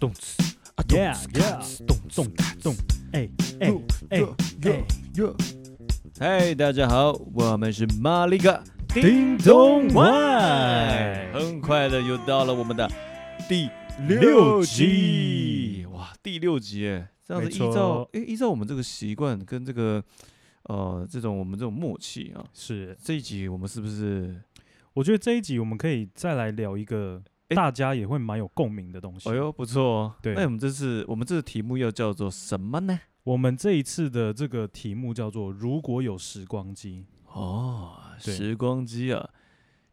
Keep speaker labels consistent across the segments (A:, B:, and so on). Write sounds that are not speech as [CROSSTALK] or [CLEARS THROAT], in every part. A: 动词啊，动
B: Yeah,
A: 词
B: yeah
A: 动词
B: 动动，哎哎
A: 哎
B: 哎
A: 哎
B: 哎
A: 哎，
C: 嗨，大家好，我们是马里嘎
B: 叮
C: 咚
B: 外
C: 很快的又到了我们的第
B: 六集
C: 集，哇，第六集耶！这样子
B: 没
C: 依照
B: 错
C: 诶依照我们这个习惯跟这个呃这种我们这种默契啊，
B: 是，
C: 这一集我们是不是？
B: 我觉得这一集我们可以再来聊一个
C: 哎
B: 大家也会蛮有共鸣的东西。
C: 哎呦，不错哦。
B: 对
C: 那我们这次我们这个题目要叫做什么呢？
B: 我们这一次的这个题目叫做“如果有时光机
C: 哦，
B: 对
C: 时光机啊！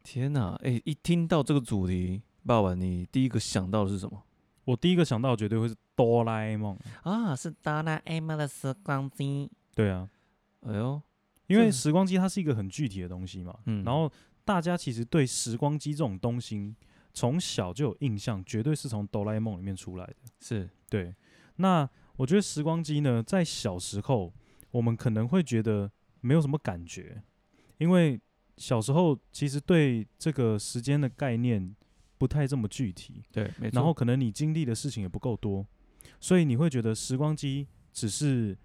C: 天哪，哎，一听到这个主题，爸爸，你第一个想到的是什么？”，
B: 我第一个想到的绝对会是哆啦 A 梦。
C: 啊，是哆啦 A 梦的时光机。
B: 对啊，
C: 哎呦，
B: 因为
C: 这
B: 时光机它是一个很具体的东西嘛，
C: 嗯
B: 然后大家其实对时光机这种东西从小就有印象，绝对是从哆啦 A 梦里面出来的。
C: 是
B: 对，那我觉得时光机呢，在小时候我们可能会觉得没有什么感觉，因为小时候其实对这个时间的概念不太这么具体，
C: 对，没错。
B: 然后可能你经历的事情也不够多，所以你会觉得时光机只是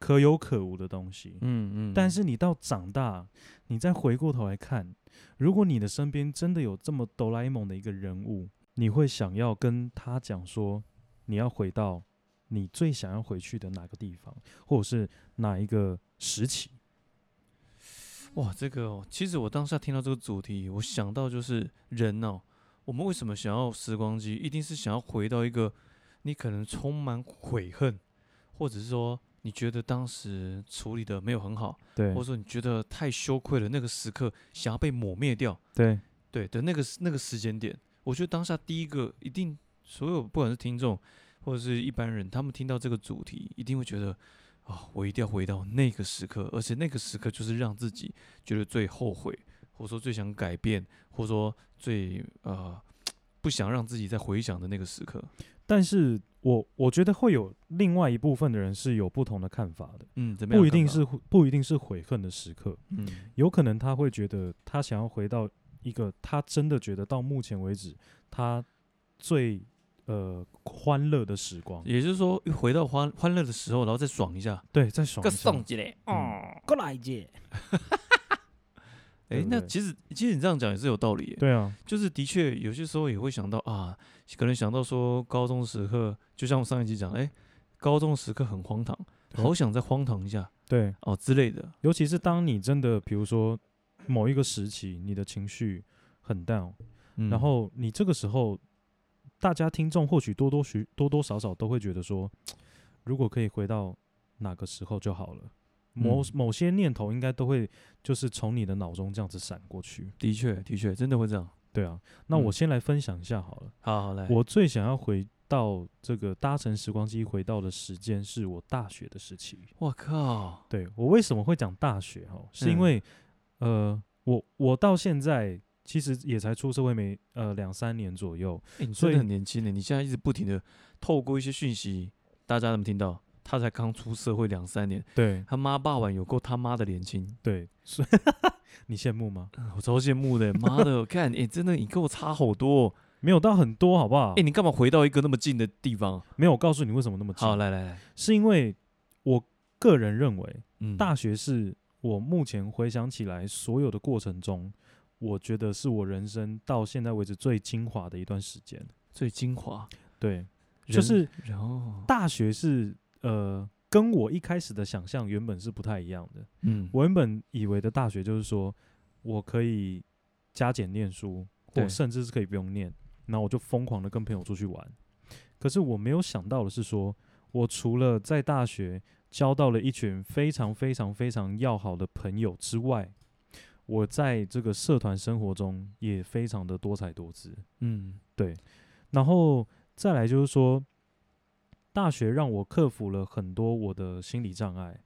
B: 可有可无的东西。
C: 嗯嗯，
B: 但是你到长大，你再回过头来看，如果你的身边真的有这么哆啦 A 梦的一个人物，你会想要跟他讲说，你要回到你最想要回去的哪个地方，或者是哪一个时期？
C: 哇，这个哦，其实我当下听到这个主题，我想到就是人哦，我们为什么想要时光机？一定是想要回到一个你可能充满悔恨，或者是说你觉得当时处理的没有很好，
B: 对
C: 或者说你觉得太羞愧了，那个时刻想要被抹灭掉，
B: 对，
C: 对的那个时那个时间点，我觉得当下第一个一定所有不管是听众或者是一般人，他们听到这个主题，一定会觉得哦，我一定要回到那个时刻，而且那个时刻就是让自己觉得最后悔，或者说最想改变，或者说最呃不想让自己再回想的那个时刻。
B: 但是我我觉得会有另外一部分的人是有不同的看法的，
C: 嗯，怎么样
B: 不
C: 的
B: 一定
C: 看
B: 是
C: 法
B: 不一定是悔恨的时刻，
C: 嗯
B: 有可能他会觉得他想要回到一个他真的觉得到目前为止他最呃欢乐的时光，
C: 也就是说，回到欢欢乐的时候，然后再爽一下。
B: 对，再爽一下。
C: 几嘞！
B: 嗯
A: 过来姐，
C: 哎、
B: 对不
C: 那
B: 对
C: 其实其实你这样讲也是有道理耶。
B: 对啊，
C: 就是的确有些时候也会想到啊，可能想到说高中时刻，就像我上一集讲，哎、高中时刻很荒唐，
B: 对
C: 好想再荒唐一下
B: 对，
C: 哦之类的。
B: 尤其是当你真的比如说某一个时期，你的情绪很 down，、
C: 嗯
B: 然后你这个时候，大家听众或许多多许多多少少都会觉得说，如果可以回到哪个时候就好了。某
C: 嗯
B: 某些念头应该都会就是从你的脑中这样子闪过去，
C: 的确的确真的会这样。
B: 对啊，那我
C: 嗯
B: 先来分享一下好了。
C: 好好来，
B: 我最想要回到这个搭乘时光机回到的时间是我大学的时期。
C: 我靠，
B: 对我为什么会讲大学哈？是因
C: 嗯
B: 为、呃，我我到现在其实也才出社会没呃两三年左右，
C: 哎你
B: 所
C: 真
B: 以
C: 的很年轻呢，你现在一直不停的透过一些讯息，大家能听到，他才刚出社会两三年，
B: 对
C: 他妈霸晚有够他妈的年轻，
B: 对，所以 [LAUGHS] 你羡慕吗？
C: 啊我超羡慕的，妈的， [LAUGHS] 看，哎、真的你跟我差好多、哦，
B: 没有到很多好不好？
C: 哎、你干嘛回到一个那么近的地方？
B: 没有，我告诉你为什么那么
C: 好，
B: 近，
C: 来来来，
B: 是因为我个人认为
C: 嗯，
B: 大学是我目前回想起来所有的过程中，我觉得是我人生到现在为止最精华的一段时间。
C: 最精华。
B: 对，
C: 人
B: 就是
C: 然后，
B: 大学是呃，跟我一开始的想象原本是不太一样的。
C: 嗯，
B: 我原本以为的大学就是说我可以加减念书，或
C: 对
B: 甚至是可以不用念，然后我就疯狂的跟朋友出去玩。可是我没有想到的是说，我除了在大学交到了一群非常非常非常要好的朋友之外，我在这个社团生活中也非常的多彩多姿。
C: 嗯，
B: 然后再来就是说，大学让我克服了很多我的心理障碍，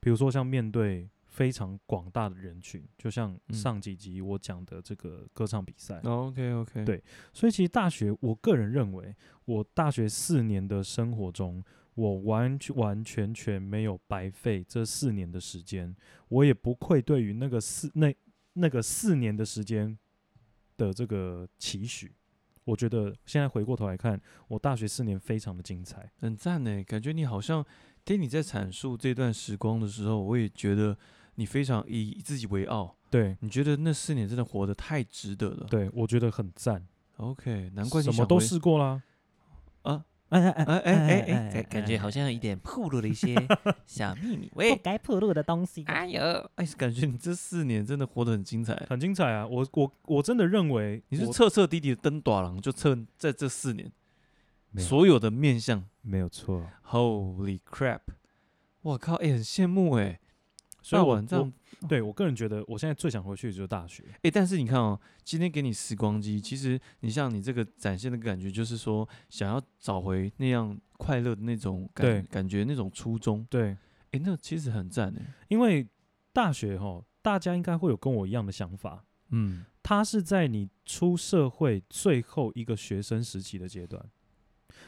B: 比如说像面对非常广大的人群，就像
C: 嗯
B: 上几集我讲的这个歌唱比赛。
C: OK OK，
B: 对所以其实大学，我个人认为，我大学四年的生活中，我完全完全全没有白费这四年的时间，我也不愧对于那个四那那个四年的时间的这个期许。我觉得现在回过头来看，我大学四年非常的精彩。
C: 很赞呢，感觉你好像听你在阐述这段时光的时候，我也觉得你非常以自己为傲，
B: 对，
C: 你觉得那四年真的活得太值得了。
B: 对我觉得很赞，
C: ，OK，难怪你
B: 什
C: 想
B: 么都
C: 回
B: 试过啦。
C: 啊，
A: 哎哎
B: [LAUGHS]
C: 哎
A: 哎
D: 嗯
C: 哎哎哎，
A: 哎
D: 感感觉好像有一点暴露了一 [LAUGHS] 些小秘密。
A: 不
D: 嗯喂，
A: 该铺路的东
B: [LAUGHS]
A: 西。
D: 哎呦，
C: 哎，感觉你这四年真的活得很精彩。
B: 很精彩啊！我我我真的认为
C: 你是
B: 我
C: 彻彻底底的登短廊，就趁在这四年
B: 没有
C: 所有的面相
B: 没有错，
C: ，Holy crap！我靠，哎、很羡慕哎、
B: 所以
C: 大
B: 我
C: 碗这样
B: 我对我个人觉得，我现在最想回去的就是大学。
C: 哎、但是你看哦，今天给你时光机，其实你像你这个展现的感觉，就是说想要找回那样快乐的那种
B: 对
C: 感感觉，那种初衷。
B: 对，
C: 哎、那其实很赞哎。
B: 因为大学哈，大家应该会有跟我一样的想法，
C: 嗯，
B: 它是在你出社会最后一个学生时期的阶段，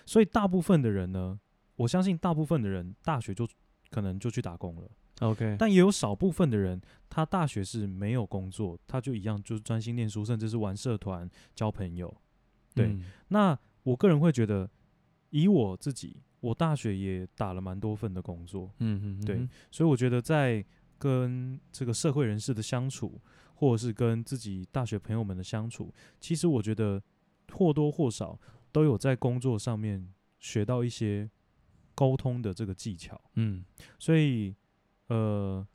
B: 所以大部分的人呢，我相信大部分的人大学就可能就去打工了，
C: OK，
B: 但也有少部分的人，他大学是没有工作，他就一样就是专心念书，甚至是玩社团、交朋友。对
C: 嗯
B: 那我个人会觉得，以我自己，我大学也打了蛮多份的工作，
C: 嗯嗯，
B: 对
C: 嗯
B: 所以我觉得在跟这个社会人士的相处，或者是跟自己大学朋友们的相处，其实我觉得或多或少都有在工作上面学到一些沟通的这个技巧。
C: 嗯，
B: 所以，呃，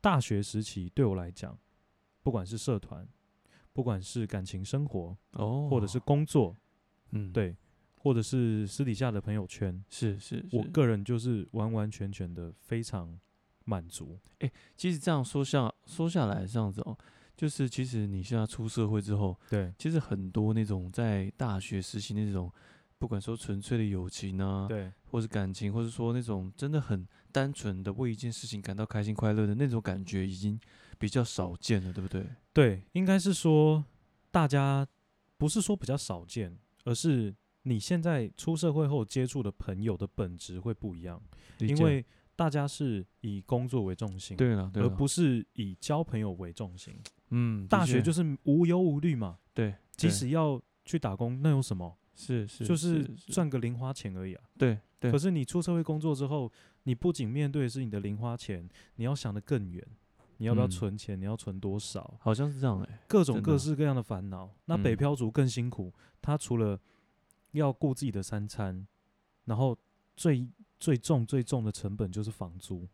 B: 大学时期对我来讲，不管是社团，不管是感情生活，
C: 哦，
B: 或者是工作，
C: 嗯，，
B: 对，或者是私底下的朋友圈，
C: 是是是，
B: 我个人就是完完全全的非常满足。
C: 其实这样说下说下来这样子哦，就是其实你现在出社会之后，
B: 对
C: 其实很多那种在大学实习那种，不管说纯粹的友情啊，
B: 对
C: 或是感情，或是说那种真的很单纯的为一件事情感到开心快乐的那种感觉，已经比较少见了，对不对？
B: 对，应该是说大家不是说比较少见，而是你现在出社会后接触的朋友的本质会不一样，
C: 理
B: 因
C: 解
B: 为大家是以工作为重心。
C: 对了，对啊
B: 而
C: 了，
B: 不是以交朋友为重心。
C: 嗯，
B: 大学就是是无忧无虑嘛，
C: 对，
B: 即
C: 对
B: 使要去打工，那有什么？
C: 是是
B: 就是
C: 是
B: 赚个零花钱而已啊。
C: 对对
B: 可，是你出社会工作之后，你不仅面对的是你的零花钱，你要想得更远，你要不要
C: 嗯
B: 存钱，你要存多少，
C: 好像是这样哎、
B: 各种
C: 真
B: 各
C: 的
B: 式各样的烦恼。那北
C: 嗯
B: 漂族更辛苦，他除了要顾自己的三餐，然后最最重最重的成本就是房租。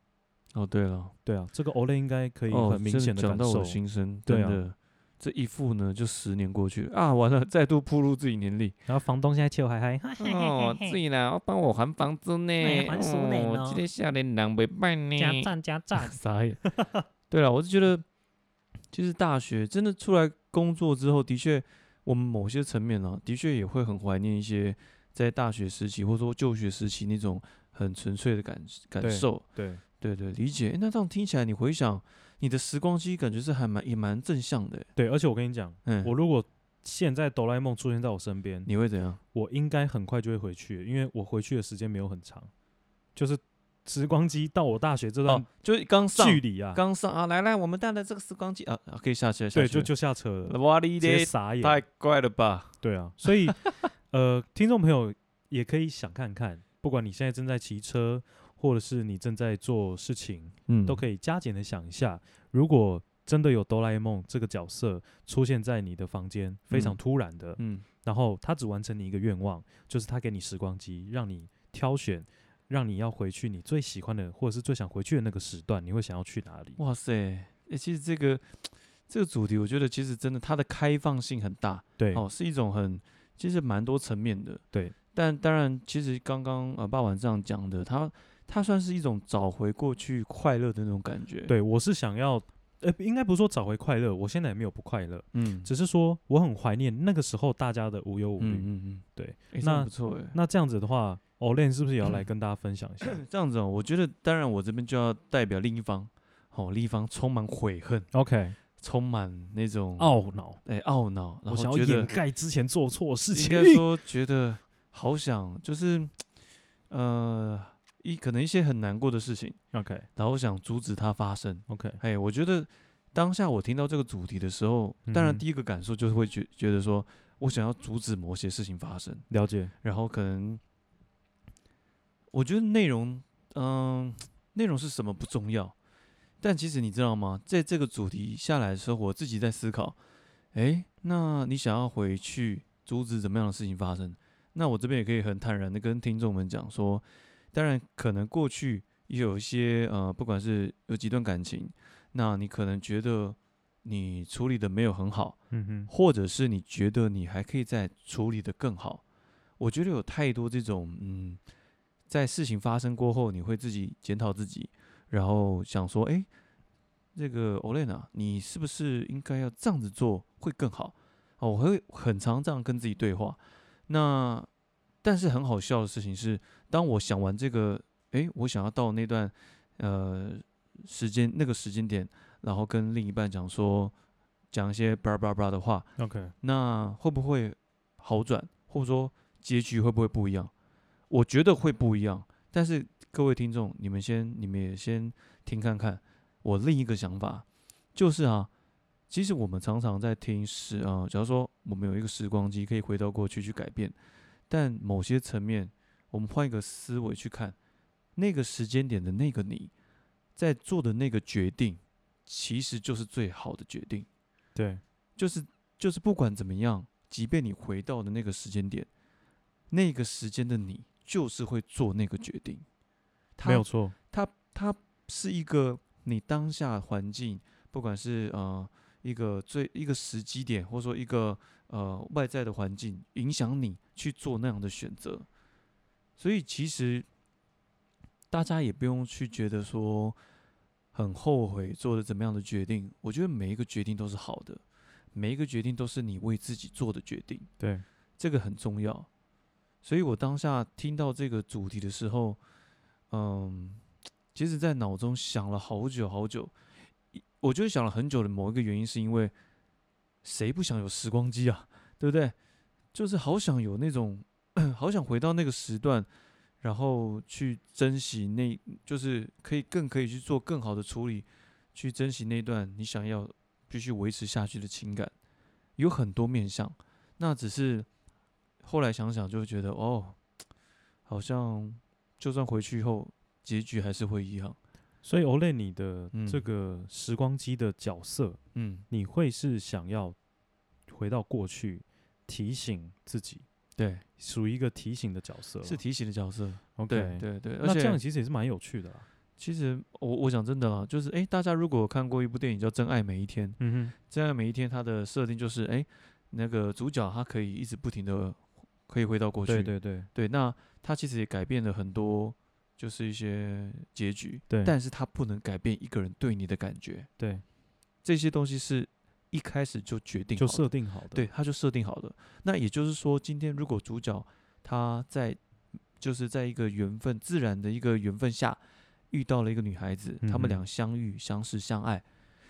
C: 哦，对了，
B: 对啊，这个 Olay 应该可以
C: 哦
B: 很明
C: 真
B: 显的
C: 讲
B: 感
C: 到我
B: 受
C: 的。心声，
B: 对
C: 真
B: 啊
C: 的。这一副呢，就十年过去了啊，完了，再度步入自己年龄。，
B: 然后房东现在求还还，
D: 哦，对啦，帮我还房租呢，
A: 哎还租呢
D: 哦，
A: 喏
D: 这个少年人袂歹
A: 加
D: 呢。
A: 赞加
D: [LAUGHS]
A: 赞
C: 傻眼。对了，我是觉得，就是大学真的出来工作之后，的确，我们某些层面呢、的确也会很怀念一些在大学时期或者说就学时期那种很纯粹的感感
B: 对
C: 受。
B: 对，
C: 对对，理解。诶那这样听起来，你回想你的时光机，感觉是还蛮也蛮正向的。
B: 对，而且我跟你讲，
C: 嗯，
B: 我如果现在哆啦 A 梦出现在我身边，
C: 你会怎样？
B: 我应该很快就会回去，因为我回去的时间没有很长，就是时光机到我大学这
C: 哦
B: 段，
C: 就是刚上
B: 距离啊，
C: 刚上啊，来来，我们带来这个时光机啊，啊可以下去了，下
B: 对，
C: 去
B: 就
C: 了。
B: 就下车了，
C: 哇哩
B: 直接
C: 嘞，
B: 傻
C: 太
B: 眼，
C: 怪了吧！
B: 对啊，所以呃，听众朋友也可以想看看，不管你现在正在骑车，或者是你正在做事情，
C: 嗯
B: 都可以加减的想一下，如果真的有哆啦 A 梦这个角色出现在你的房间，非常
C: 嗯
B: 突然的，
C: 嗯，
B: 然后他只完成你一个愿望，就是他给你时光机，让你挑选，让你要回去你最喜欢的或者是最想回去的那个时段，你会想要去哪里？
C: 哇塞，诶，其实这个这个主题，我觉得其实真的它的开放性很大，
B: 对，
C: 哦，是一种很其实蛮多层面的。
B: 对，
C: 但当然，其实刚刚呃霸王这样讲的，它它算是一种找回过去快乐的那种感觉。，
B: 对我是想要，呃，应该不是说找回快乐，我现在也没有不快乐，
C: 嗯，
B: 只是说我很怀念那个时候大家的无忧无虑。
C: 嗯嗯嗯，
B: 对
C: 诶，这
B: 那
C: 样不错哎。
B: 那这样子的话 o l e n 是不是也要来跟大家分享一下？
C: 这样子哦，我觉得当然我这边就要代表另一方，哦，另一方充满悔恨，
B: [LAUGHS] OK，
C: 充满那种
B: 懊恼，
C: 哎懊恼，然
B: 我想
C: 后
B: 要
C: 觉得
B: 掩盖之前做错的事 [LAUGHS]
C: 应
B: 情。
C: 该说觉得好想就是，呃，一可能一些很难过的事情，
B: OK
C: 然后想阻止它发生。
B: OK，
C: 哎，我觉得当下我听到这个主题的时候，
B: 嗯
C: 当
B: 哼
C: 然第一个感受就是会觉觉得说，我想要阻止某些事情发生，
B: 了解，
C: 然后可能我觉得内容，嗯，内容是什么不重要，但其实你知道吗？在这个主题下来的时候，我自己在思考，诶，那你想要回去阻止怎么样的事情发生？那我这边也可以很坦然的跟听众们讲说，当然可能过去也有一些呃，不管是有几段感情，那你可能觉得你处理的没有很好，
B: 嗯哼，
C: 或者是你觉得你还可以再处理的更好。我觉得有太多这种，嗯，在事情发生过后，你会自己检讨自己，然后想说，哎，这个 Olena，你是不是应该要这样子做会更好？哦，我会很常这样跟自己对话。那但是很好笑的事情是，当我想完这个，哎，我想要到那段，呃，时间那个时间点，然后跟另一半讲说，讲一些叭叭叭的话，
B: ，OK，
C: 那会不会好转，或者说结局会不会不一样？我觉得会不一样。但是各位听众，你们先，你们也先听看看。我另一个想法就是啊，其实我们常常在听时啊、呃假如说我们有一个时光机，可以回到过去去改变，但某些层面，我们换一个思维去看，那个时间点的那个你在做的那个决定，其实就是最好的决定。
B: 对，
C: 就是就是不管怎么样，即便你回到的那个时间点，那个时间的你就是会做那个决定。它
B: 没有错，
C: 它它是一个你当下环境，不管是呃一个最一个时机点，或者说一个呃外在的环境影响你去做那样的选择。所以其实大家也不用去觉得说很后悔做了怎么样的决定。我觉得每一个决定都是好的，每一个决定都是你为自己做的决定。
B: 对，
C: 这个很重要。所以我当下听到这个主题的时候，嗯，其实，在脑中想了好久好久，一我觉得想了很久的某一个原因，是因为谁不想有时光机啊，对不对？就是好想有那种， [CLEARS THROAT] 好想回到那个时段，然后去珍惜那，就是可以更可以去做更好的处理，去珍惜那段你想要继续维持下去的情感，有很多面向。那只是后来想想，就会觉得哦，好像就算回去后，结局还是会一样。
B: 所以 Olay 你的这
C: 嗯
B: 个时光机的角色，
C: 嗯，
B: 你会是想要回到过去，提醒自己，
C: 对，
B: 属于一个提醒的角色，
C: 是提醒的角色。
B: OK，
C: 对对对，而
B: 那这样
C: 且
B: 其实也是蛮有趣的啦，
C: 其实我我讲真的啦，就是诶，大家如果有看过一部电影叫《真爱每一天》，
B: 嗯
C: 《真爱每一天》它的设定就是诶，那个主角他可以一直不停的可以回到过
B: 哼，
C: 去。
B: 对对对
C: 对，那他其实也改变了很多，就是一些结局，
B: 对，
C: 但是他不能改变一个人对你的感觉。
B: 对
C: 这些东西是一开始就决定
B: 就
C: 好的
B: 设定好的，
C: 对，他就设定好了。那也就是说，今天如果主角他在就是在一个缘分自然的一个缘分下遇到了一个女孩子，他
B: 嗯
C: 们
B: 哼
C: 俩相遇、相识、相爱，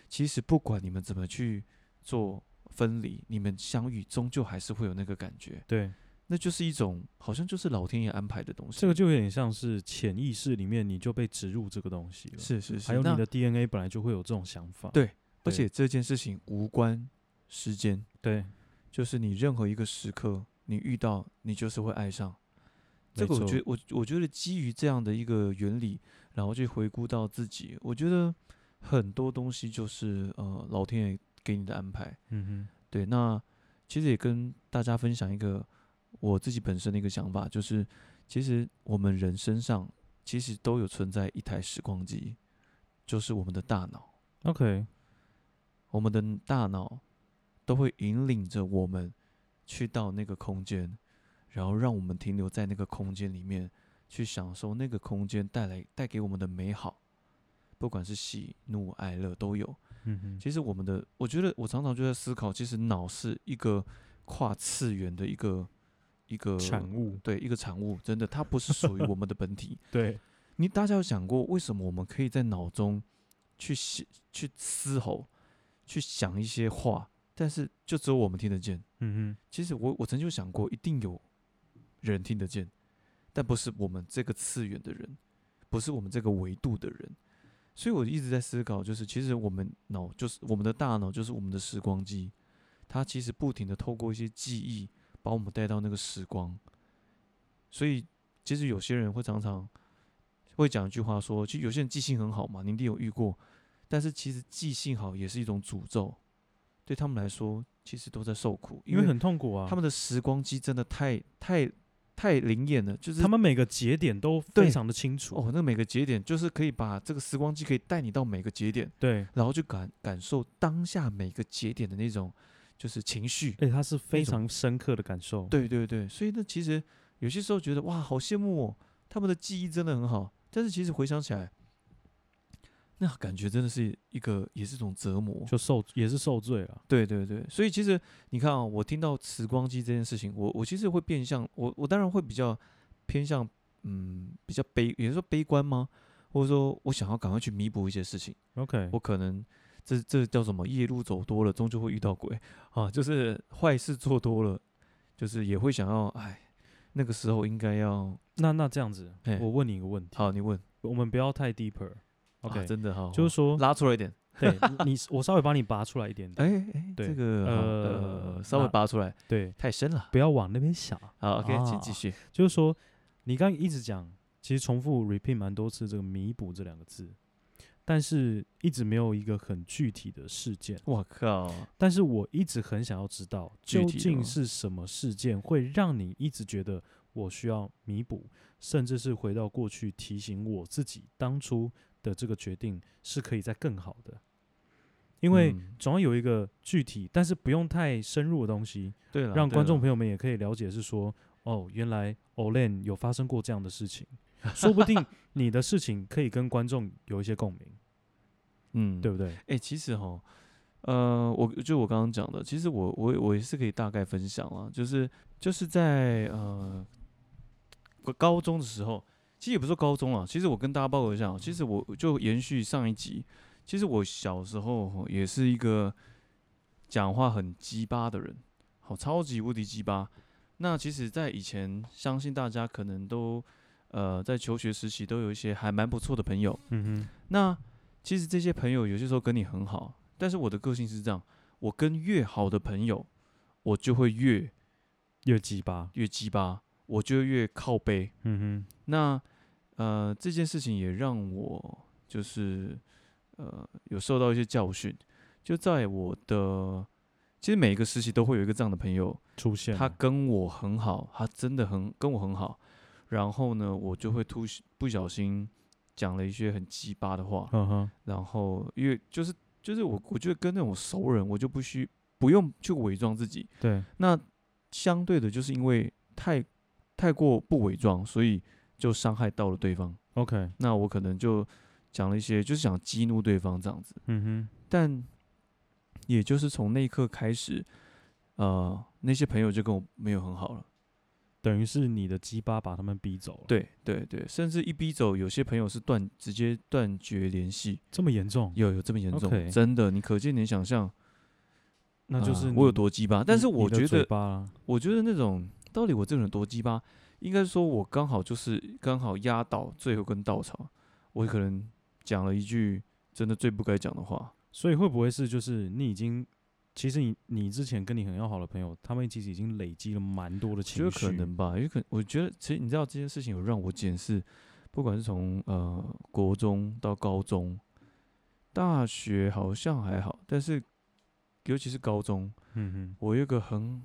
C: 其实不管你们怎么去做分离，你们相遇终究还是会有那个感觉，
B: 对，
C: 那就是一种好像就是老天爷安排的东西。
B: 这个就有点像是潜意识里面你就被植入这个东西了，
C: 是是是，
B: 还有
C: 那
B: 你的 DNA 本来就会有这种想法，
C: 对而
B: 对
C: 且这件事情无关时间，
B: 对，
C: 就是你任何一个时刻，你遇到你就是会爱上。这
B: 没
C: 个我
B: 错
C: 觉得我我觉得基于这样的一个原理，然后去回顾到自己，我觉得很多东西就是呃老天爷给你的安排。
B: 嗯哼，
C: 对，那其实也跟大家分享一个我自己本身的一个想法，就是其实我们人身上其实都有存在一台时光机，就是我们的大脑。
B: ，OK，
C: 我们的大脑都会引领着我们去到那个空间，然后让我们停留在那个空间里面，去享受那个空间带来带给我们的美好，不管是喜怒哀乐都有。
B: 嗯哼，
C: 其实我们的，我觉得我常常就在思考，其实脑是一个跨次元的一个一个
B: 产，物，
C: 对，一个产物，真的，它不是属于我们的本体。
B: 对，
C: 你大家有想过，为什么我们可以在脑中去写、去嘶吼、去想一些话，但是就只有我们听得见？
B: 嗯
C: 其实我我曾经有想过，一定有人听得见，但不是我们这个次元的人，不是我们这个维度的人。所以我一直在思考，就是其实我们脑就是我们的大脑就是我们的时光机，它其实不停的透过一些记忆，把我们带到那个时光。所以，其实有些人会常常会讲一句话说，其实有些人记性很好嘛，您一定有遇过，但是其实记性好也是一种诅咒，对他们来说，其实都在受苦，
B: 因为很痛苦啊。
C: 他们的时光机真的太太太灵验了，就是
B: 他们每个节点都非
C: 对
B: 常的清楚。
C: 哦，那每个节点就是可以把这个时光机可以带你到每个节点，
B: 对，
C: 然后去感感受当下每个节点的那种就是情绪。
B: 而且他是非
C: 那种
B: 常深刻的感受。，
C: 对对对，所以呢，其实有些时候觉得哇，好羡慕哦，他们的记忆真的很好，但是其实回想起来，那感觉真的是一个也是一种折磨。
B: 就受也是受罪了。
C: 对对对，所以其实你看啊、我听到时光机这件事情，我我其实会变相，我我当然会比较偏向，嗯，比较悲，也就是说悲观吗？或者说我想要赶快去弥补一些事情，
B: OK，
C: 我可能这这叫什么？夜路走多了，终究会遇到鬼啊！就是坏事做多了，就是也会想要，哎，那个时候应该要，
B: 那那这样子
C: 嘿，
B: 我问你一个问题，
C: 好，你问
B: 我们不要太 deeper。OK，、
C: 啊真的哈，
B: 就是说，
C: 拉出来一点，
B: 对你，我稍微把你拔出来一点点。
C: 哎哎，
B: 对
C: 这个好
B: 呃
C: 呃，稍微
B: 那
C: 拔出来，
B: 对，
C: 太深了。
B: 不要往那边想。
C: 好，OK，请继
B: 啊
C: 续。
B: 就是说，你刚刚一直讲，其实重复 repeat 蛮多次这个“弥补”这两个字，但是一直没有一个很具体的事件。
C: 我靠！
B: 但是我一直很想要知道，
C: 具
B: 究
C: 体的
B: 竟
C: 吗
B: 是什么事件会让你一直觉得我需要弥补，甚至是回到过去提醒我自己当初的这个决定是可以再更好的。因为
C: 嗯
B: 总要有一个具体，但是不用太深入的东西，
C: 对了，
B: 让
C: 对啊
B: 观众
C: 了
B: 朋友们也可以了解，是说，哦，原来 Olen 有发生过这样的事情，说不
C: [LAUGHS]
B: 定你的事情可以跟观众有一些共鸣，
C: 嗯，
B: 对不对？
C: 哎、其实哈，呃，我就我刚刚讲的，其实我我我也是可以大概分享啊，就是就是在呃我高中的时候，其实也不是说高中啊，其实我跟大家报告一下啊，其实我就延续上一集，其实我小时候吼也是一个讲话很鸡巴的人，好，超级无敌鸡巴。那其实，在以前，相信大家可能都呃在求学时期都有一些还蛮不错的朋友，
B: 嗯
C: 那其实这些朋友有些时候跟你很好，但是我的个性是这样，我跟越好的朋友，我就会越
B: 哼，越鸡巴，
C: 越鸡巴，我就越靠背。
B: 嗯
C: 那呃，这件事情也让我就是呃有受到一些教训，就在我的其实每一个时期都会有一个这样的朋友，
B: 哼，出现
C: 他
B: 了，
C: 跟我很好，他真的很跟我很好，然后呢，我就会突不小心讲了一些很鸡巴的话，
B: 嗯哼，
C: 然后因为就是就是我我觉得跟那种熟人，我就不需不用去伪装自己。
B: 对，
C: 那相对的，就是因为太太过不伪装，所以就伤害到了对方。
B: OK，
C: 那我可能就讲了一些，就是想激怒对方这样子。
B: 嗯
C: 但也就是从那一刻开始，呃，那些朋友就跟我没有很好了。
B: 哼，等于是你的鸡巴把他们逼走了，，
C: 对对对，甚至一逼走，有些朋友是断直接断绝联系，
B: 这么严重，
C: 有有这么严重
B: OK
C: 真的，你可见你想象。
B: 那就是、
C: 啊我有，多鸡巴，但是
B: 你
C: 我
B: 的
C: 觉
B: 嘴
C: 得，
B: 巴啦
C: 我觉得那种到底我这个人多鸡巴，应该说我刚好就是刚好压倒最后一根稻草，我可能讲了一句真的最不该讲的话，
B: 所以会不会是就是你已经。其实你你之前跟你很要好的朋友，他们其实已经累积了蛮多的
C: 我觉
B: 情
C: 得
B: 绪，
C: 可能吧，有可能，我觉得其实你知道这件事情有让我检视，不管是从呃国中到高中，大学好像还好，但是尤其是高中，
B: 嗯
C: 我有一个很，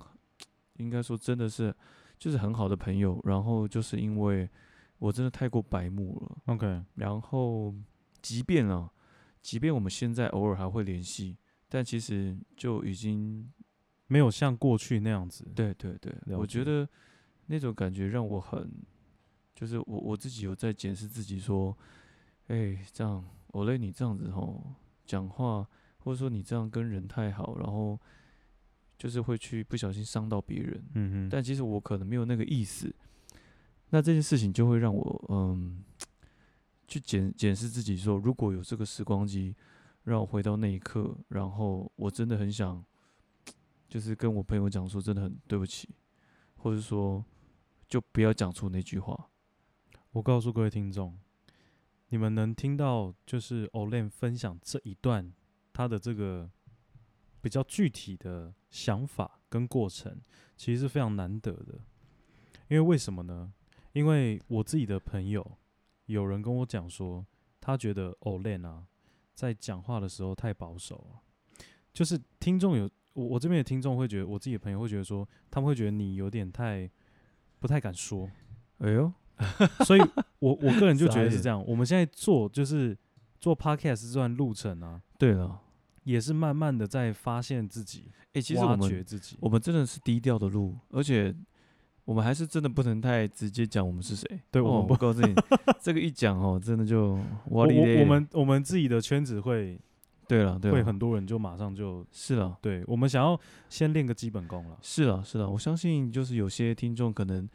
C: 应该说真的是，就是很好的朋友，然后就是因为我真的太过白目了，
B: 哼，OK，
C: 然后即便啊，即便我们现在偶尔还会联系，但其实就已经，
B: 没有像过去那样子，
C: 对对对，
B: 嗯了
C: 我
B: 解
C: 觉得那种感觉让我很，就是我我自己有在检视自己，说，哎、这样我累你这样子吼，讲话或者说你这样跟人太好，然后就是会去不小心伤到别人，
B: 嗯哼，
C: 但其实我可能没有那个意思。那这件事情就会让我嗯，去检检视自己说，如果有这个时光机，让我回到那一刻，然后我真的很想，就是跟我朋友讲说，真的很对不起，或者说就不要讲出那句话。
B: 我告诉各位听众，你们能听到就是 Olen 分享这一段他的这个比较具体的想法跟过程，其实是非常难得的。因为为什么呢？因为我自己的朋友有人跟我讲说，他觉得 Olen 啊，在讲话的时候太保守了，就是听众有我我这边的听众会觉得，我自己的朋友会觉得说，他们会觉得你有点太不太敢说，
C: 哎呦，
B: [LAUGHS] 所以我我个人就觉得
C: 傻
B: 是
C: 眼
B: 这样。我们现在做就是做 podcast 这段路程啊，
C: 对了，
B: 也是慢慢的在发现自己，
C: 哎、其实我
B: 挖掘
C: 们
B: 自己。
C: 我们真的是低调的路，而且我们还是真的不能太直接讲我们是谁。
B: 对我
C: 哦
B: 们、不
C: 我告诉 [LAUGHS] 你，这个一讲哦，真的就
B: 我
C: 我
B: 我我们我们自己的圈子会
C: 对了对啊
B: 会
C: 了，
B: 很多人就马上就是
C: 了。
B: 对我们想要先练个基本功了。
C: 是啦，是啦，我相信就是有些听众可能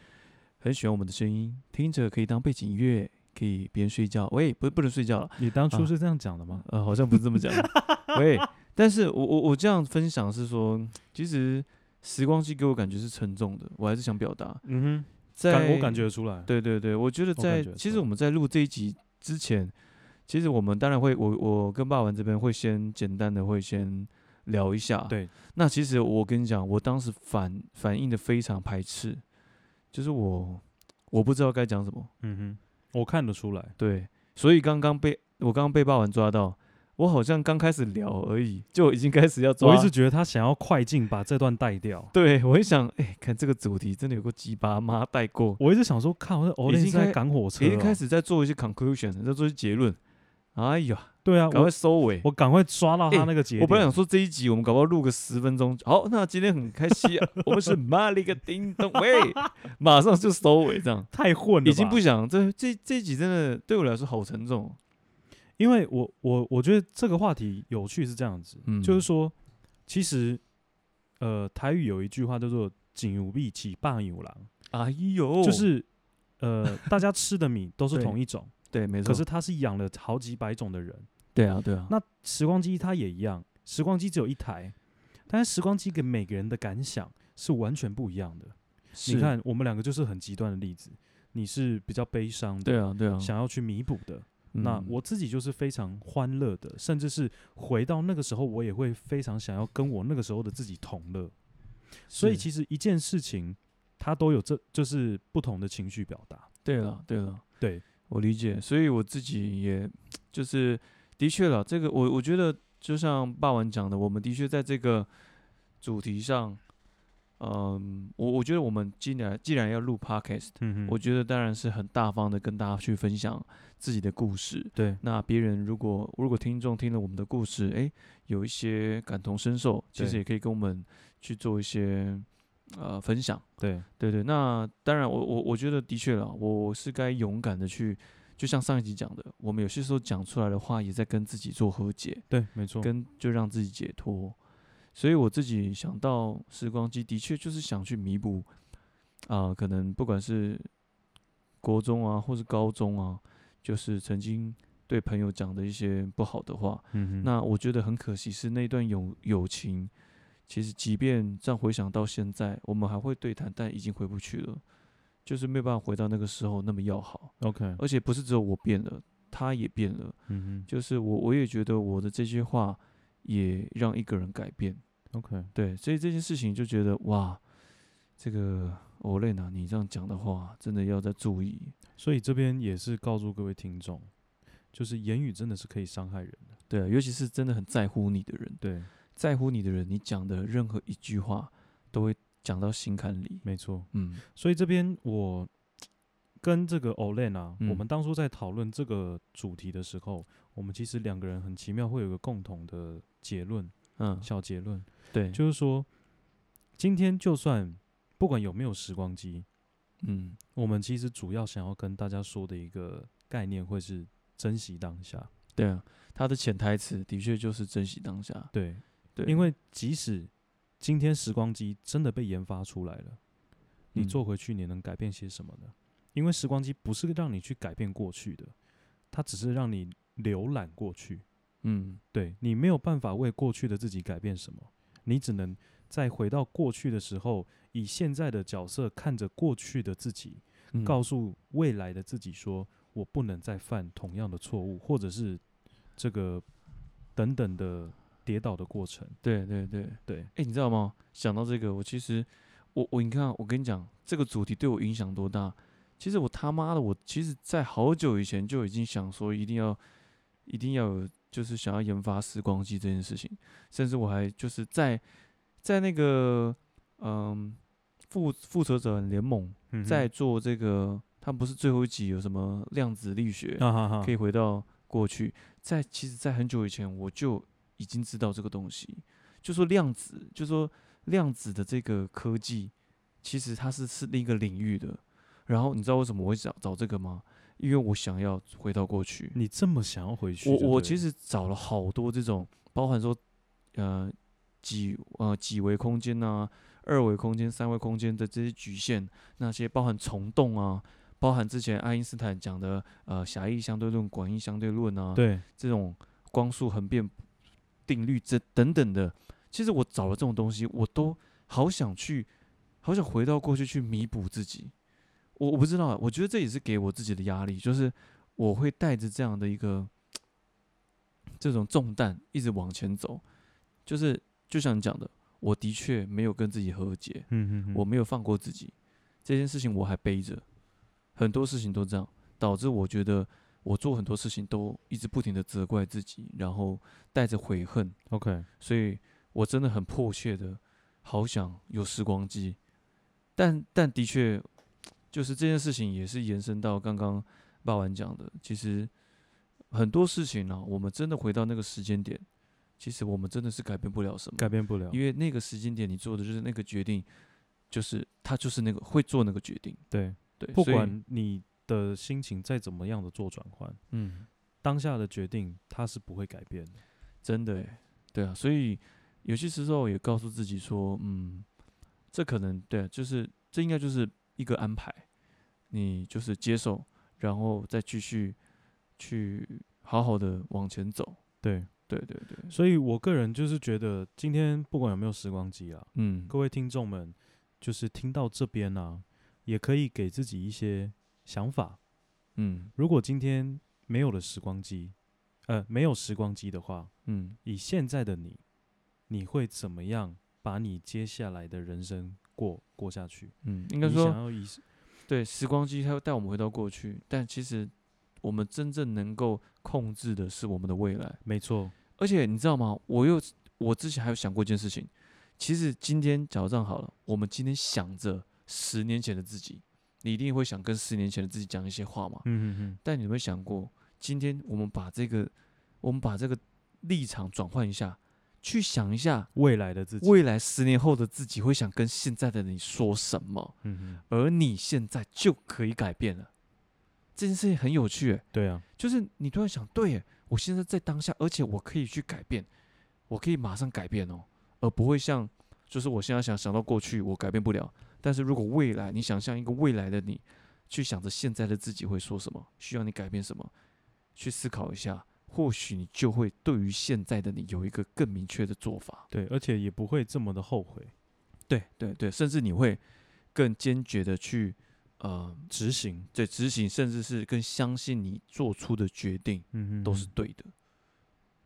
C: 很喜欢我们的声音，听着可以当背景音乐，可以边睡觉。喂，不，不能睡觉了，
B: 你当初
C: 啊
B: 是这样讲的吗？
C: 呃，好像不 [LAUGHS] 是这么
B: [LAUGHS]
C: 讲的。喂，但是我我我这样分享是说，其实时光机给我感觉是沉重的，我还是想表达，
B: 嗯哼，
C: 在
B: 感我感觉得出来。
C: 对对对，我觉得
B: 我
C: 在
B: 感觉
C: 其
B: 是
C: 实我们在录这一集之前，其实我们当然会，我我跟霸王这边会先简单的会先聊一下。
B: 对，
C: 那其实我跟你讲，我当时反反应的非常排斥，就是我我不知道该讲什么。
B: 嗯哼，我看得出来。
C: 对，所以刚刚被我刚刚被霸王抓到，我好像刚开始聊而已，就已经开始要抓。
B: 我一直觉得他想要快进，把这段带掉。
C: 啊对我一想，哎、看这个主题真的有个鸡巴妈带过，
B: 我一直想说，看我这 o l
C: 已
B: e
C: 经
B: 是在
C: 开
B: 赶火车、
C: 已
B: 哦，
C: 经开始在做一些 conclusion，在做一些结论。哎呀，
B: 对啊，
C: 赶
B: 我
C: 快收尾。
B: 我赶快抓到他
C: 欸
B: 那个节
C: 我
B: 点。
C: 本来想说这一集我们搞不好录个十分钟，好，那今天很开心、啊，我们 [LAUGHS] 是马里个叮咚，喂，马上就收尾，这样
B: 太混了吧，
C: 已经不想这这这一集真的对我来说好沉重哦，
B: 因为我我我觉得这个话题有趣是这样子，
C: 嗯
B: 就是说，其实呃，台语有一句话叫做“井有必起，霸有狼
C: 哎”，呦，
B: 就是呃， [LAUGHS] 大家吃的米都是
C: 对
B: 同一种，
C: 对，没错，
B: 可是他是养了好几百种的人。
C: 对啊，对啊，
B: 那时光机它也一样，时光机只有一台，但是时光机给每个人的感想是完全不一样的。
C: 是
B: 你，看，我们两个就是很极端的例子，你是比较悲伤的，
C: 对啊，对啊，
B: 想要去弥补的，那
C: 嗯
B: 我自己就是非常欢乐的，甚至是回到那个时候，我也会非常想要跟我那个时候的自己同乐。所以
C: 是
B: 其实一件事情，它都有这就是不同的情绪表达。
C: 对了，对了，
B: 对，
C: 我理解，所以我自己也就是的确了，这个我我觉得就像霸王讲的，我们的确在这个主题上，嗯，我我觉得我们既然既然要录 podcast，、
B: 嗯
C: 我觉得当然是很大方的跟大家去分享自己的故事。
B: 对
C: 那别人如果如果听众听了我们的故事，诶，有一些感同身受，其实
B: 对
C: 也可以跟我们去做一些呃分享。
B: 对
C: 对对，那当然我，我我觉得的确了，我是该勇敢的去，就像上一集讲的，我们有些时候讲出来的话，也在跟自己做和解，
B: 对，没错。
C: 跟就让自己解脱。所以我自己想到时光机，的确就是想去弥补啊、可能不管是国中啊，或是高中啊，就是曾经对朋友讲的一些不好的话，
B: 嗯哼
C: 那我觉得很可惜是那段友友情，其实即便这样回想到现在，我们还会对谈，但已经回不去了，就是没有办法回到那个时候那么要好。
B: OK，
C: 而且不是只有我变了，他也变了，
B: 嗯
C: 就是我我也觉得我的这些话也让一个人改变。
B: 哼，OK，
C: 对，所以这件事情就觉得哇，这个欧雷娜，你这样讲的话，真的要再注意。
B: 所以这边也是告诉各位听众，就是言语真的是可以伤害人的。
C: 对啊，尤其是真的很在乎你的人，
B: 对，
C: 在乎你的人，你讲的任何一句话都会讲到心坎里。
B: 没错。
C: 嗯，
B: 所以这边我跟这个 Olen 啊，我
C: 嗯
B: 们当初在讨论这个主题的时候，我们其实两个人很奇妙会有一个共同的结论，
C: 嗯，
B: 小结论
C: 对，
B: 就是说，今天就算不管有没有时光机，
C: 嗯，
B: 我们其实主要想要跟大家说的一个概念会是珍惜当下。
C: 对啊，他的潜台词的确就是珍惜当下，
B: 对，
C: 对，
B: 因为即使今天时光机真的被研发出来了，你
C: 嗯
B: 做回去你能改变些什么呢？因为时光机不是让你去改变过去的，它只是让你浏览过去。
C: 嗯，
B: 对你没有办法为过去的自己改变什么，你只能在回到过去的时候，以现在的角色看着过去的自己，
C: 嗯
B: 告诉未来的自己说，我不能再犯同样的错误，或者是这个等等的跌倒的过程。
C: 对对对，
B: 对，
C: 哎、你知道吗？想到这个，我其实，我我你看啊，我跟你讲，这个主题对我影响多大？其实我他妈的，我其实，在好久以前就已经想说，一定要，一定要有，就是想要研发时光机这件事情。甚至我还就是在，在那个，嗯，复复仇者联盟
B: 嗯哼
C: 在做这个，他们不是最后一集有什么量子力学，
B: 啊哈哈，
C: 可以回到过去。在其实，在很久以前我就已经知道这个东西，就说量子，就说量子的这个科技，其实它是是另一个领域的。然后你知道为什么我会找找这个吗？因为我想要回到过去。
B: 你这么想要回去就
C: 我
B: 对了？
C: 我其实找了好多这种，包含说，呃，几呃几维空间啊、二维空间、三维空间的这些局限，那些包含虫洞啊，包含之前爱因斯坦讲的呃狭义相对论、广义相对论啊，
B: 对
C: 这种光速恒变定律这等等的，其实我找了这种东西，我都好想去，好想回到过去去弥补自己。我我不知道啊，我觉得这也是给我自己的压力，就是我会带着这样的一个这种重担一直往前走，就是就像你讲的，我的确没有跟自己和解，
B: 嗯嗯，
C: 我没有放过自己，这件事情我还背着，很多事情都这样，导致我觉得我做很多事情都一直不停的责怪自己，然后带着悔恨，
B: OK，
C: 所以我真的很迫切的好想有时光机，但但的确就是这件事情也是延伸到刚刚霸王讲的，其实很多事情呢、我们真的回到那个时间点，其实我们真的是改变不了什么，
B: 改变不了，
C: 嗯因为那个时间点你做的就是那个决定，就是他就是那个会做那个决定，
B: 对，
C: 对，
B: 不
C: 所以
B: 管你的心情再怎么样的做转换，
C: 嗯，
B: 当下的决定它是不会改变的。
C: 真的耶，对啊，所以有些时候也告诉自己说，嗯，这可能对啊、就是这应该就是一个安排，你就是接受，然后再继续去好好的往前走，
B: 对，
C: 对对对，
B: 所以我个人就是觉得，今天不管有没有时光机啊，
C: 嗯，
B: 各位听众们，就是听到这边啊，也可以给自己一些想法。
C: 嗯
B: 如果今天没有了时光机，呃，没有时光机的话，
C: 嗯，
B: 以现在的你，你会怎么样把你接下来的人生过过下去？
C: 嗯，应
B: 应
C: 该说
B: 想要以
C: 对，时光机它会带我们回到过去，但其实我们真正能够控制的是我们的未来。
B: 没错，
C: 而且你知道吗？我又我之前还有想过一件事情，其实今天假如这样好了，我们今天想着十年前的自己，你一定会想跟十年前的自己讲一些话嘛。
B: 嗯嗯
C: 但你有没有想过，今天我们把这个我们把这个立场转换一下，去想一下
B: 嗯，未来的自己，
C: 未来十年后的自己会想跟现在的你说什么？
B: 嗯嗯，
C: 而你现在就可以改变了。这件事情很有趣耶，
B: 对啊，
C: 就是你突然想，对耶，我现在在当下，而且我可以去改变，我可以马上改变哦，而不会像，就是我现在想想到过去，我改变不了。但是如果未来，你想象一个未来的你，去想着现在的自己会说什么，需要你改变什么，去思考一下，或许你就会对于现在的你有一个更明确的做法。
B: 对，而且也不会这么的后悔，
C: 对对对，甚至你会更坚决的去，呃，
B: 执行，
C: 对执行，甚至是更相信你做出的决定
B: 嗯嗯，
C: 都是对的。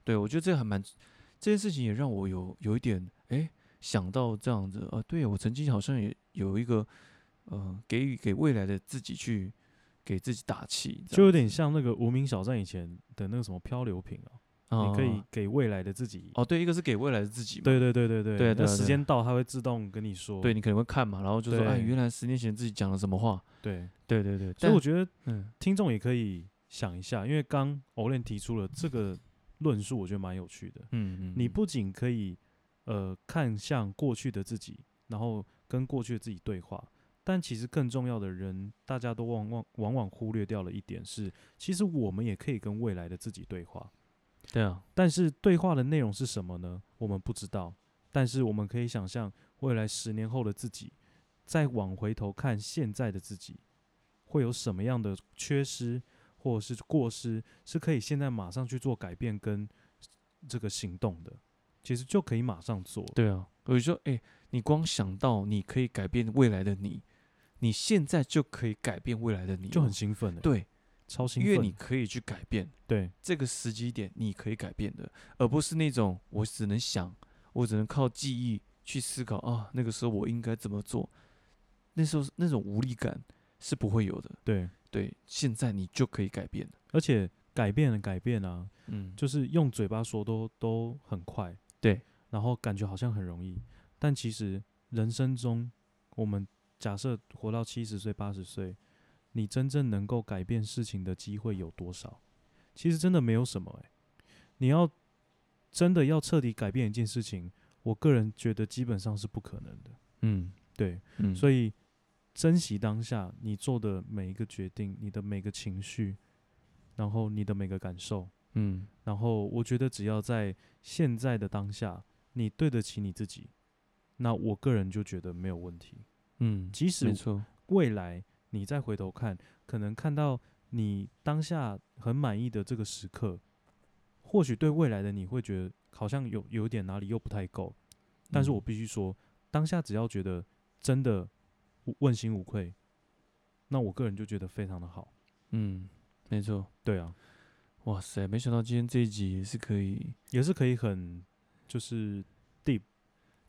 C: 对我觉得这个还蛮，这件事情也让我有有一点哎想到这样子啊，对我曾经好像也有一个呃给予给未来的自己去给自己打气，这
B: 就有
C: 样
B: 点
C: 子
B: 像那个无名小站以前的那个什么漂流瓶啊，你可以
C: 啊
B: 给未来的自己，
C: 哦，对，一个是给未来的自己嘛，
B: 对对对对对
C: 对对
B: 那
C: 啊
B: 时
C: 对
B: 间到它会自动跟你说，
C: 对，你可能会看嘛，然后就说哎，
B: 对
C: 原来十年前自己讲了什么话，
B: 对，
C: 对对对，
B: 所以
C: 但
B: 我觉得
C: 嗯
B: 听众也可以想一下，因为刚欧练提出了这个论述，我觉得蛮有趣的，
C: 嗯嗯，
B: 你
C: 嗯
B: 不仅可以呃看向过去的自己，然后跟过去的自己对话，但其实更重要的人，大家都往往往往忽略掉了一点是，其实我们也可以跟未来的自己对话，
C: 对啊，
B: 但是对话的内容是什么呢？我们不知道，但是我们可以想象未来十年后的自己，再往回头看现在的自己，会有什么样的缺失或者是过失，是可以现在马上去做改变跟这个行动的，其实就可以马上做。
C: 对啊，我就说，哎、你光想到你可以改变未来的你，你现在就可以改变未来的你了，
B: 就很兴奋、欸，
C: 对，
B: 超兴
C: 因为
B: 奋。
C: 你可以去改变
B: 对
C: 这个时机点，你可以改变的，而不是那种我只能想，我只能靠记忆去思考啊，那个时候我应该怎么做，那时候那种无力感是不会有的。
B: 对，
C: 对，现在你就可以改变了。
B: 而且改变了改变啊，
C: 嗯，
B: 就
C: 就
B: 是用嘴巴说都都很快，
C: 对，
B: 然后感觉好像很容易，但其实人生中，我们假设活到七十岁、八十岁，你真正能够改变事情的机会有多少？其实真的没有什么诶、你要真的要彻底改变一件事情，我个人觉得基本上是不可能的。
C: 嗯
B: 对，
C: 嗯，
B: 所以珍惜当下你做的每一个决定，你的每个情绪，然后你的每个感受，
C: 嗯
B: 然后我觉得只要在现在的当下，你对得起你自己，那我个人就觉得没有问题。
C: 嗯，
B: 即使
C: 没错，
B: 未来你再回头看，可能看到你当下很满意的这个时刻，或许对未来的你会觉得好像有有点哪里又不太够，但是我
C: 嗯
B: 必须说，当下只要觉得真的无问心无愧，那我个人就觉得非常的好。
C: 嗯，没错。
B: 对啊，
C: 哇塞，没想到今天这一集也是可以。
B: 也是可以很就是 deep，
C: 对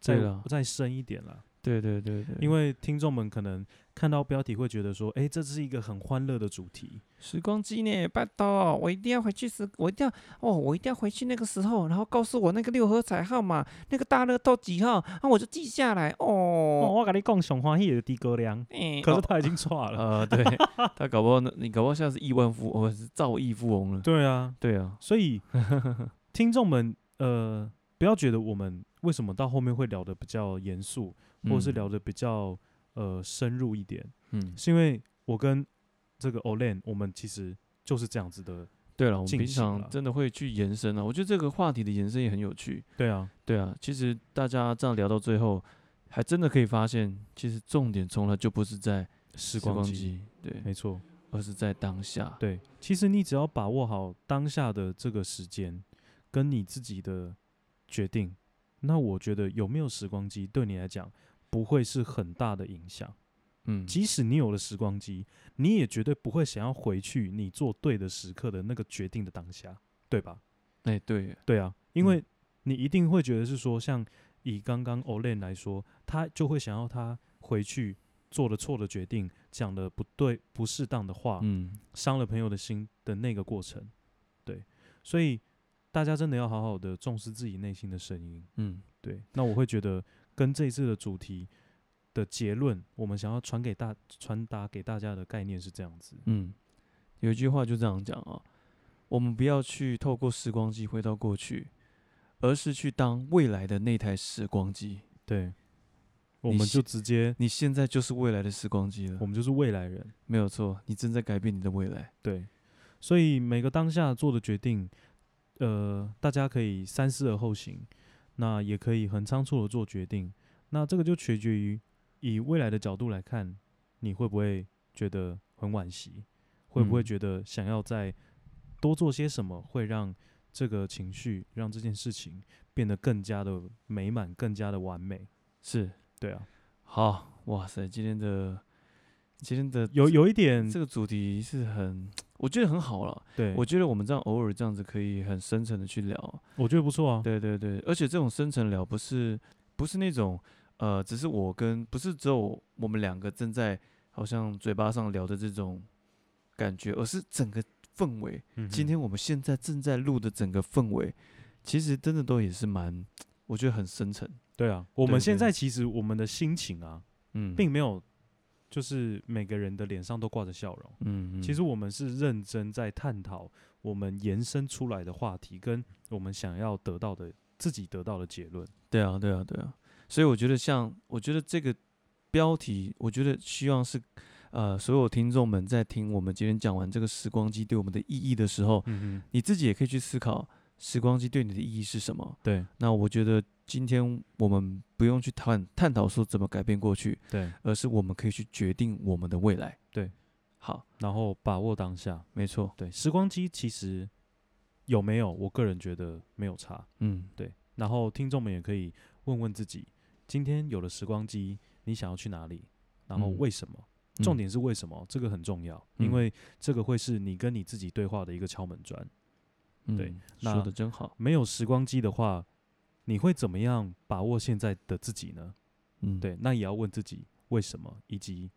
B: 再
C: 啦
B: 再深一点啦。
C: 对对对对，
B: 因为听众们可能看到标题会觉得说，诶，这是一个很欢乐的主题，
D: 时光机呢？拜托，我一定要回去时，我一定要哦，我一定要回去那个时候，然后告诉我那个六合彩号码，那个大乐透几号，啊，我就记下来
B: 哦，
D: 哦。
B: 我跟你讲，熊欢喜的低哥粮，
D: 哎
B: 可是
D: 哦
B: 他已经错了。[LAUGHS]
C: 呃，对他搞不好那你搞不好现在是亿万富翁，哦是兆亿富翁了。
B: 对啊，
C: 对啊，
B: 所
C: [LAUGHS]
B: 以听众们，呃，不要觉得我们为什么到后面会聊得比较严肃，或者是
C: 嗯
B: 聊得比较呃深入一点，
C: 嗯，
B: 是因为我跟这个 Olen，我们其实就是这样子的。
C: 对了，我们
B: 进
C: 平
B: 行
C: 常
B: 了
C: 真的会去延伸啊，我觉得这个话题的延伸也很有趣。
B: 对啊，
C: 对啊，其实大家这样聊到最后，还真的可以发现，其实重点从来就不是在
B: 时
C: 光
B: 光机，
C: 对，
B: 没错。
C: 而是在当下。
B: 对，其实你只要把握好当下的这个时间，跟你自己的决定，那我觉得有没有时光机对你来讲不会是很大的影响。
C: 嗯，
B: 即使你有了时光机，你也绝对不会想要回去你做对的时刻的那个决定的当下，对吧？
C: 哎、对耶，
B: 对啊，因
C: 嗯
B: 为你一定会觉得是说，像以刚刚 Olen 来说，他就会想要他回去做了错的决定，讲了不对、不适当的话，
C: 嗯，
B: 伤了朋友的心的那个过程。对，所以大家真的要好好的重视自己内心的声音。
C: 嗯，
B: 对，那我会觉得跟这一次的主题的结论，我们想要传给大传达给大家的概念是这样子。
C: 嗯，有一句话就这样讲啊，我们不要去透过时光机回到过去，而是去当未来的那台时光机。
B: 对，我
C: 你
B: 们
C: 是
B: 就直接，
C: 你现在就是未来的时光机
B: 我
C: 了，
B: 们就是未来人。
C: 没有错，你正在改变你的未来。
B: 对，所以每个当下做的决定，呃，大家可以三思而后行，那也可以很仓促的做决定，那这个就取决于以未来的角度来看，你会不会觉得很惋惜，会不会
C: 嗯
B: 觉得想要再多做些什么，会让这个情绪，让这件事情变得更加的美满，更加的完美。
C: 是，
B: 对啊，
C: 好，哇塞，今天的今天的
B: 有有一点
C: 这，个主题是很，我觉得很好了。
B: 对
C: 我
B: 我
C: 觉得我们这样偶尔这样子可以很深层的去聊，
B: 我觉得不错啊。
C: 对对对，而且这种深层聊不是不是那种呃，只是我跟不是只有我们两个正在好像嘴巴上聊的这种感觉，而是整个氛围。
B: 嗯
C: 今
B: 哼
C: 天我们现在正在录的整个氛围，其实真的都也是蛮，我觉得很深层。
B: 对啊，我
C: 对
B: 们
C: 对
B: 现在其实我们的心情啊，
C: 嗯，
B: 并没有，就是每个人的脸上都挂着笑容。
C: 嗯，嗯
B: 其实我们是认真在探讨我们延伸出来的话题，跟我们想要得到的自己得到的结论。
C: 对啊，对啊，对啊。所以我觉得像，我觉得这个标题，我觉得希望是，呃，所有听众们在听我们今天讲完这个时光机对我们的意义的时候，
B: 嗯哼，
C: 你自己也可以去思考时光机对你的意义是什么。
B: 对
C: 那我觉得今天我们不用去探探讨说怎么改变过去，
B: 对，
C: 而是我们可以去决定我们的未来。
B: 对，
C: 好，
B: 然后把握当下。
C: 没错，
B: 对，时光机其实有没有？我个人觉得没有差。
C: 嗯，
B: 对，然后听众们也可以问问自己，今天有了时光机，你想要去哪里？然后
C: 嗯
B: 为什么？重点是为什么？这个很重要，因
C: 嗯
B: 为这个会是你跟你自己对话的一个敲门砖。对
C: 嗯
B: 那
C: 说的真好，
B: 没有时光机的话，你会怎么样把握现在的自己呢？
C: 嗯，
B: 对，那也要问自己为什么，以及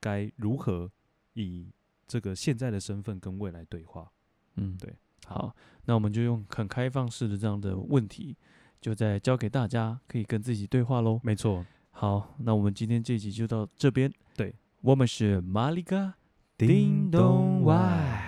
B: 该如何以这个现在的身份跟未来对话。
C: 嗯，
B: 对。
C: 好，那我们就用很开放式的这样的问题，就再交给大家，可以跟自己对话喽。
B: 没错，
C: 好，那我们今天这一集就到这边。
B: 对，
C: 我们是玛丽嘎，叮咚外。